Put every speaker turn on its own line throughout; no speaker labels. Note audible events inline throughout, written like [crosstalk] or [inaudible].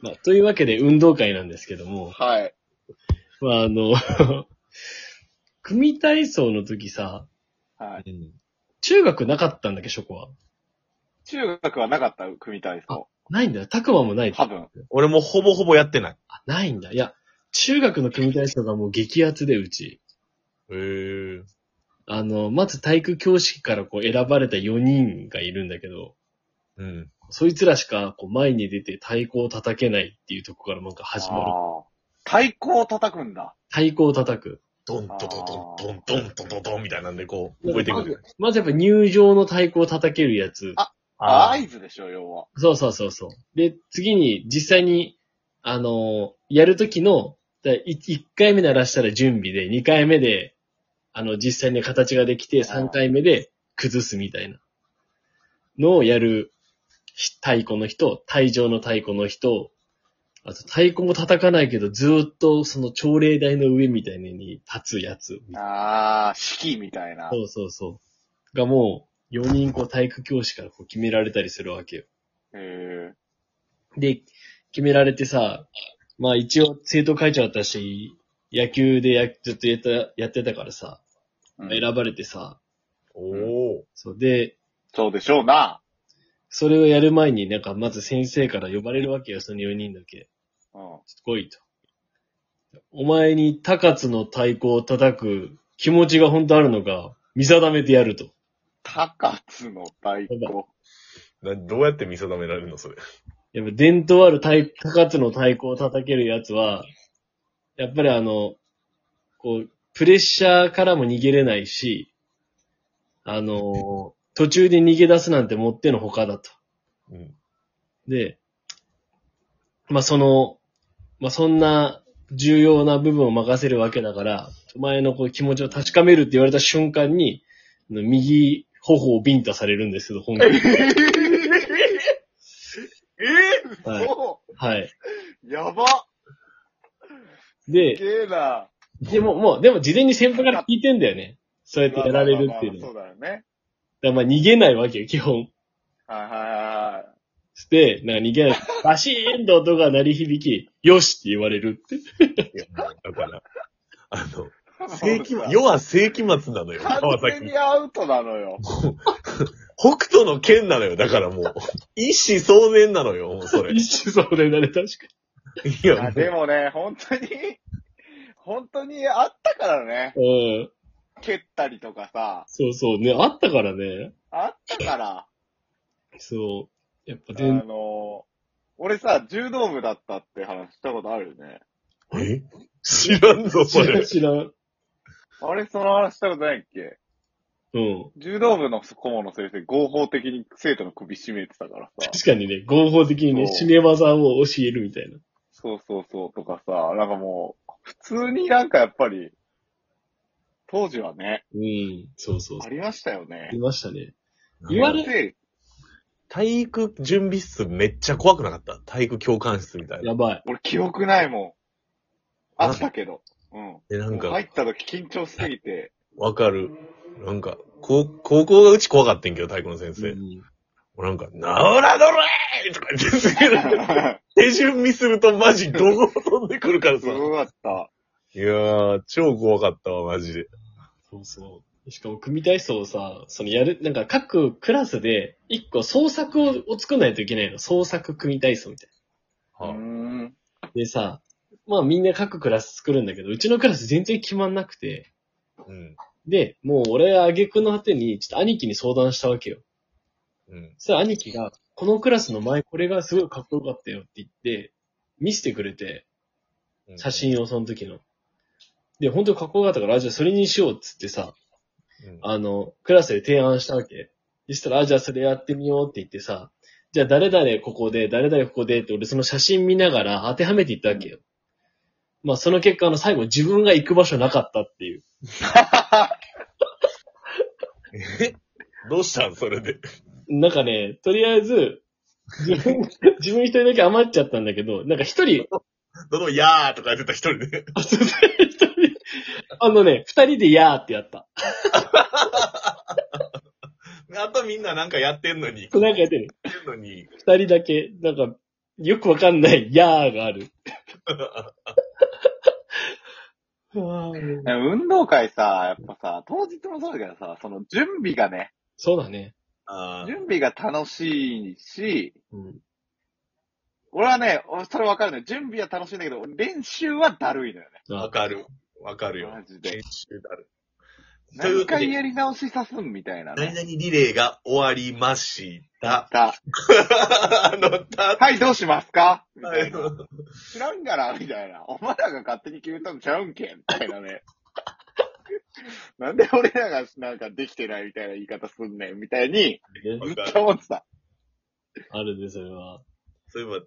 まあ、というわけで運動会なんですけども、
はい。
まあ、あの、 [laughs] 組体操の時さ、
はい。
中学なかったんだっけ、ショコは。
中学はなかった、組体操。
ないんだよ。たくまもない。
多分。
俺もほぼほぼやってない。
あないんだ。いや、中学の組体操がもう激アツで、うち。
へえ。
あの、まず体育教師からこう選ばれた4人がいるんだけど、
うん。
そいつらしかこう前に出て太鼓を叩けないっていうとこからなんか始まる。
あー太鼓を叩くんだ。
太鼓を叩く。
ドントドドンドンドンドンドンドンみたいなんでこう、覚えていく
ま
る
ず。まずやっぱ入場の太鼓を叩けるやつ。
合図でしょ、要は。
そうそうそうそう。で、次に実際に、あのーやるときの、1回目鳴らしたら準備で、2回目で、あの、実際に形ができて、3回目で崩すみたいなのをやる太鼓の人、退場の太鼓の人、あと太鼓も叩かないけど、ずーっとその朝礼台の上みたいなのに立つやつ。
ああ、式みたいな。
そうそうそう。がもう、4人こう体育教師からこう決められたりするわけよ。
へえ。
で、決められてさ、まあ一応生徒会長だったし、野球でやずっとやったやってたからさ、
うん
選ばれてさ、
おお。
そうで、
そうでしょうな。
それをやる前になんかまず先生から呼ばれるわけよ、その4人だけ。
うん。
ちょっと来いと。お前に高津の太鼓を叩く気持ちが本当あるのか、見定めてやると。
高津の太鼓。
などうやって見定められるのそれ。
やっぱ伝統ある太高津の太鼓を叩けるやつは、やっぱりあの、こう、プレッシャーからも逃げれないし、あの、途中で逃げ出すなんてもってのほかだと。
うん。
で、まあ、その、まあ、そんな重要な部分を任せるわけだから、お前のこう気持ちを確かめるって言われた瞬間に、あの右頬をビンタされるんですけど、本気
え
で
え
はい
そう
はい。
やば
で、
ゲーな。
でも、もう、でも事前に先輩から聞いてんだよね。そうやってやられるっていうの
ま
は。だか
あまあまあそうだよね。
らまあ逃げないわけよ、基本。
はいはいはい。
して、なんか逃げない。バシーンと音が鳴り響き、よしって言われるっ
[laughs]
て。
いやもうだから、あの、世
正
紀末、世は世紀末なのよ、川
完全
崎。
にアウトなのよ。
北斗の剣なのよ、だからもう。一子相伝なのよ、もうそれ。い
一種そうでなれ、確か
や、
あ
も
で
う
もね、本当に、本当にあったからね。
に。うん。
蹴ったりとかさ、
そうそうね、あったからね。
あったから、
そう。やっぱ
あ
全、
の、俺さ、柔道部だったって話したことあるよね。
え知らんぞ、そ
知らん
れ。
知らん。
あれ、その話したことないっけ
うん。
柔道部の顧問の先生、合法的に生徒の首絞めてたからさ。
確かにね、合法的にね、
そ
締
う
め技を教えるみたいな。
そうそうそう、とかさ、なんかもう、普通になんかやっぱり、当時はね、
うん。そうそう
あ
そう。
りましたよね
い。ましたね。言われ
れ
体育準備室めっちゃ怖くなかった。体育教官室みたいな。
やばい。
俺記憶ないもん。あったけど。うん。
で、なん
もう入
か、
った時緊張しすぎ
[laughs]
て、
わかる。なんか、高高校がうち怖かったんけど、体育の先
う
生。
ん
俺なんか、なおらどれーとか言ってすげえ、手順見するとマジ怒号飛んでくるから
す
さ。
ご [laughs] かった。
いやー、超怖かったわ、マジで。
そうそう。しかも組体操をさ、そのやる、なんか各クラスで一個創作をを作らないといけないの。創作組体操みたいう
ーん。
な。でさ、まあみんな各クラス作るんだけど、うちのクラス全然決まんなくて。
うん。
で、もう俺は挙句の果てに、ちょっと兄貴に相談したわけよ。
うん。
そしたら兄貴が、このクラスの前これがすごいかっこよかったよって言って、見せてくれて、写。真をその時の。で、本当にかっこよかったから、あじゃあそれにしようっつってさ、
うん、
あの、クラスで提案したわけ。そしたら、あ、じゃあそれやってみようって言ってさ、じゃあ誰々ここで、誰々ここでって俺その写真見ながら当てはめていったわけよ。まあその結果、あの最後自分が行く場所なかったっていう。
えどうしたんそれで。
なんかね、とりあえず、自分、 [laughs] 自分一人だけ余っちゃったんだけど、なんか一人、
どの、やーとか言ってた一人で。
あそうそう一人あのね、二人でやーってやった。
あとみんななんかやってんの
な
に。
んかやってる。
やってんのに。
二人だけ、なんか、よくわかんない、やーがある。うわーもう
でも運動会さ、やっぱさ、当日もそうだけどさ、その準備がね、
そうだね。
あー
準備が楽しいし、
うん。
俺はね、おそれわかるね。準備は楽しいんだけど、練習はだるいのよね。
あ
わかる。わかるよ。
マジで
練。習だる。という
何
ことで
回やり直しさすんみたいな
何
ね。
々リレーが終わりました。
さ
乗った。
はい、どうしますかみたいな。知らんからみたいな。お前らが勝手に決めたのちゃうんけみたいなね。なんで俺らがなんかできてないみたいな言い方すんねんみたいに、ずっと思ってた。
あるね、それは。
そういえば、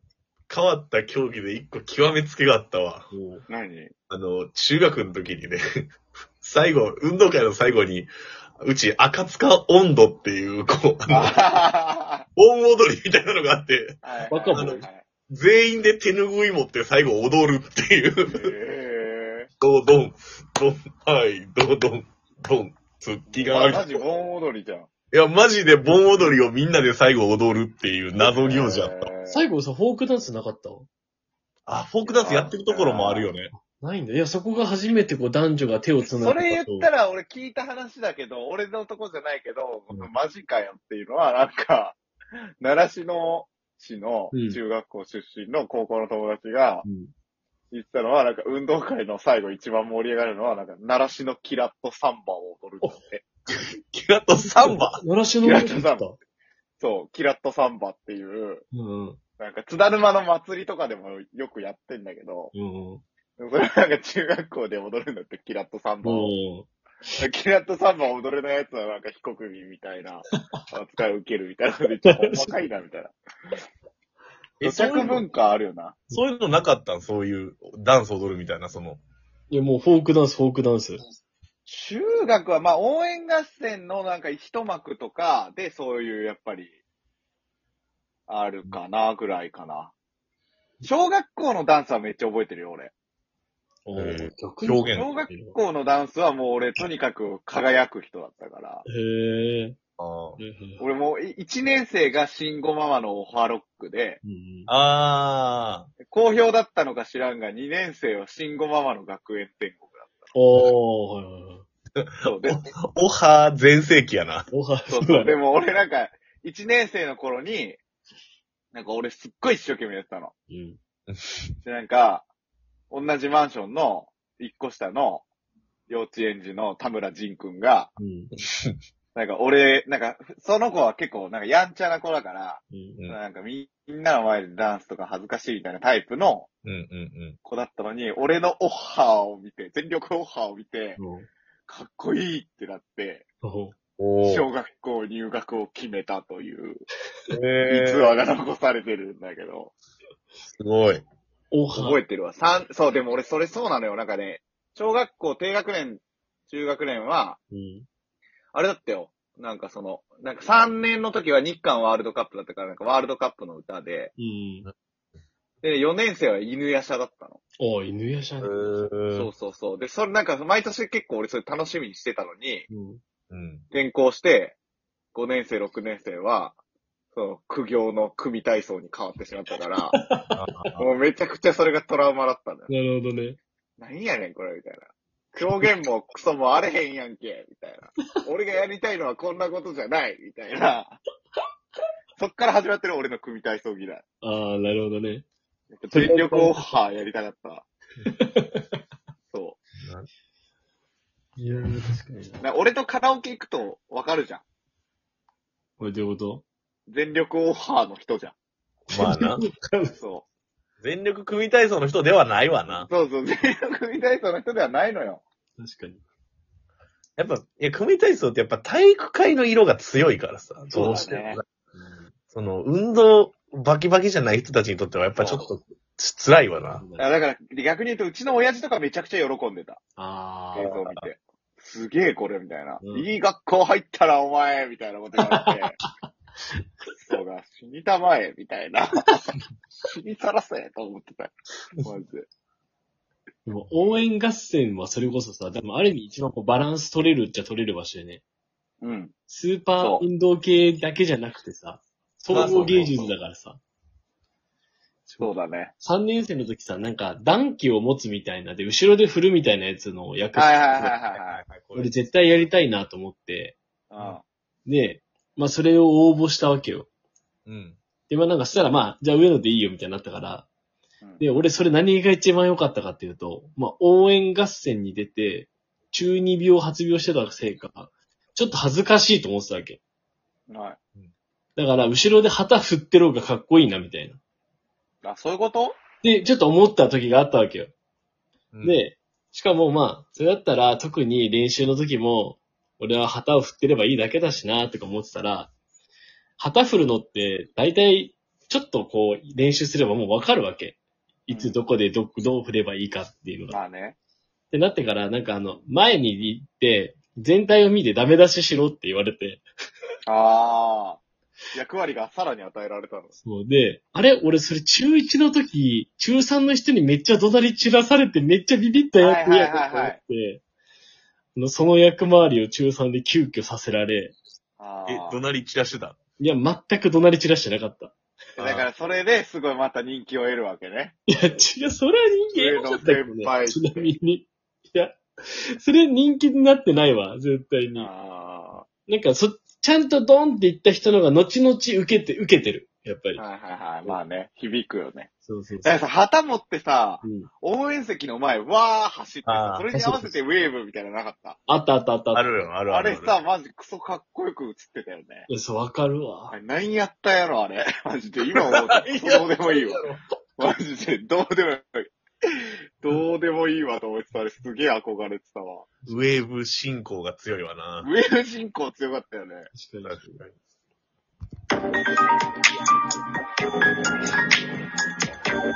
変わった競技で一個極めつけがあったわ。
うん
何
あの、中学の時にね、 [laughs] 最後、運動会の最後に、うち、赤塚温度っていう、こう、あの
あ
盆踊りみたいなのがあって、
あ
バカボン
全員で手ぬぐい持って最後踊るっていう。
え
ドドン、ドン、はい、ドドン、ドン、突
え
起が、みた
マ
い
ジ盆踊りじゃん。
いや、マジで盆踊りをみんなで最後踊るっていう謎行事あった。
え
最後さ、フォークダンスなかった
あ、フォークダンスやってるところもあるよね。
ないんだ。いや、そこが初めてこう男女が手を
え
繋ぐ
それ言った
ら、
ら俺聞いた話だけど、俺のとこじゃないけど
うん、
マジかよっていうのはなんか、 [laughs] 奈良市の市の中学校出身の高校の友達が、
うん
言ってたのは、なんか運動会の最後一番盛り上がるのは、なんか、鳴らしのキラッとサンバを踊るって。
キラとサンバ。
鳴らしの前だった。
そう、キラッとサンバっていう、
うんうん。
なんか津田沼の祭りとかでもよくやってんだけど、
うんうん。
それなんか中学校で踊るんだって、キラッとサンバを。
も
キラッとサンバを踊れないやつはなんか非国民みたい
[laughs]
な扱いを受けるみたいなので、ちょっと細かいなみたいな。
え、
土
そうい
着
うの、
文化あるよな。
そういうのなかったんそういう、ダンス踊るみたいな、その。
う、いや、もうフォークダンス、フォークダンス。
中学は、まあ、応援合戦のなんか一幕とかで、そういう、やっぱり、あるかな、ぐらいかな。小学校のダンスはめっちゃ覚えてるよ、俺。
おー
え
逆
表現
小学校のダンスはもう俺、とにかく輝く人だったから。
へえ。
あ
俺も1年生が慎吾ママのオファーロックで、
うん
あ
好評だったのか知らんが、2年生は慎吾ママの学園天国だっ
おー、はいはいはい。
た。 [laughs] そうで、
ー、オハ全盛期やな。
おは
そう
だ
そう。でも俺なんか、一年生の頃に、なんか俺すっごい一生懸命やってたの。
うん。
で、なんか、同じマンションの一個下の幼稚園児の田村仁くんが、
うん。
なんか俺、なんか、その子は結構なんかやんちゃな子だから、
うん。
うん
なんかみんなの前でダンスとか恥ずかしいみたいなタイプの
うんうん
子だったのに、俺のオッハーを見て、全力オッハーを見て、
おー
かっこいいってなって、
おー
うん。お
小学校入学を決めたという。
え
逸話が残されてるんだけど。
すごい。
おは
覚えてるわ。三、そう、でも俺それそうなのよ。なんかね、小学校低学年、中学年は、
うん。
あれだったよ。なんかその、なんか3年の時は日韓ワールドカップだったから、なんかワールドカップの歌で、
うん。
で、4年生は犬夜叉だったの。
おー、犬やしゃね。
そうそうそう。で、それなんか毎年結構俺それ楽しみにしてたのに、
うん。
うん。
転校して、5年生、6年生は、その苦行の組体操に変わってしまったから、もうめちゃくちゃそれがトラウマだったのよ。
なるほどね。
何やねん、これ、みたいな。表現もクソもあれへんやんけ、みたいな。俺がやりたいのはこんなことじゃない、みたいな。そっから始まってる俺の組体操嫌い。
あー、なるほどね。
全力オファーやりたかった。そ
いやー、確かに
う。。な俺とカラオケ行くとわかるじゃん。
これどういうこと
全力オファーの人じゃ
[laughs]
まあな。
ん。そ
全力組体操の人ではないわ
う
な。。
そうそう、全力組体操の人ではないのよ。
確かに。
やっぱ、いや、組体操ってやっぱ体育会の色が強いからさ。
そうだね
どしてもその、運動バキバキじゃない人たちにとってはやっぱちょっとつ辛いわな。
あだから、逆に言うと、うちの親父とかめちゃくちゃ喜んでた。
あ
映像見て。すげえこれみたいな、
うん
いい学校入ったらお前みたいなこと言われて。そうが、死にたまえみたい [laughs] な。死にさらせと思ってたよ。マジで。
でも応援合戦はそれこそさ、でもある意味一番こうバランス取れるっちゃ取れる場所でね。
うん。
スーパー
そう
運動系だけじゃなくてさ、総合芸術だからさ。
そうだね。
3年生の時さ、なんか、暖気を持つみたいな、で、後ろで振るみたいなやつの役
はいはいはい
い。
は
はい。こ
俺絶対やりたいなと思って、
いは
で、まあ、それを応募したわけよ。
うん。
で、まあ、なんかしたら、まあ、じゃあ上野でいいよ、みたいになったから、
い。うん。
で、俺それ何が一番良かったかっていうと、まあ、応援合戦に出て、中二病発病してたせいか、ちょっと恥ずかしいと思ってたわけ。
うんはい。
だから、後ろで旗振ってろうがかっこいいな、みたいな。
あ、そういうこと
で、ちょっと思った時があったわけよ。
うん、
で、しかもまあ、それだったら特に練習の時も、俺は旗を振ってればいいだけだしな、とか思ってたら、旗振るのって、大体、ちょっとこう、練習すればもうわかるわけ。いつどこでど、どう振ればいいかっていうのが。っ
まあね。
てなってから、なんかあの、前に行って、全体を見てダメ出ししろって言われて、
ああ。役割がさらに与えられたの。
そうで、あれ俺それ中1の時、中3の人にめっちゃ怒鳴り散らされてめっちゃビビったやつやと思って、
はいはいはいは
あのその役回りを中3で急遽させられ、
あ
え、
あ
怒。鳴り散らしてた
いや、全く怒鳴り散らしてなかった。 [laughs]
だからそれですごいまた人気を得るわけね。
いや、違う、それは人気なかったけど
上野先輩
ね。ちなみに。いや、それ人気になってないわ、絶対に。な
あ
んか、そ、ちゃんとドンって言った人のが後々受けて、受けてる。やっぱ
あ。
り。
はいはいはい。まあね。響くよね。
そうそう
だ
そ
か
う
ら。さ、旗持ってさ、
うん、
応援席の前、わー走ってさ
あ、ー
それに合わせ [laughs] てウェーブみたいなのなかった。
あったあったあった。
あるよ、ある
あ
ある
れさ、マジクソかっこよく映ってたよね。
いや、そう、わかるわ
あ。れ何やったやろ、あれ。 [laughs] マジで。今思うと、どうでもいいわ。マジで、どうでもいい。どうでもいいわと思ってた。あれすげえ憧れてたわ。
ウェーブ進行が強いわな。
ウェーブ進行強かったよね。
確かに。
確かに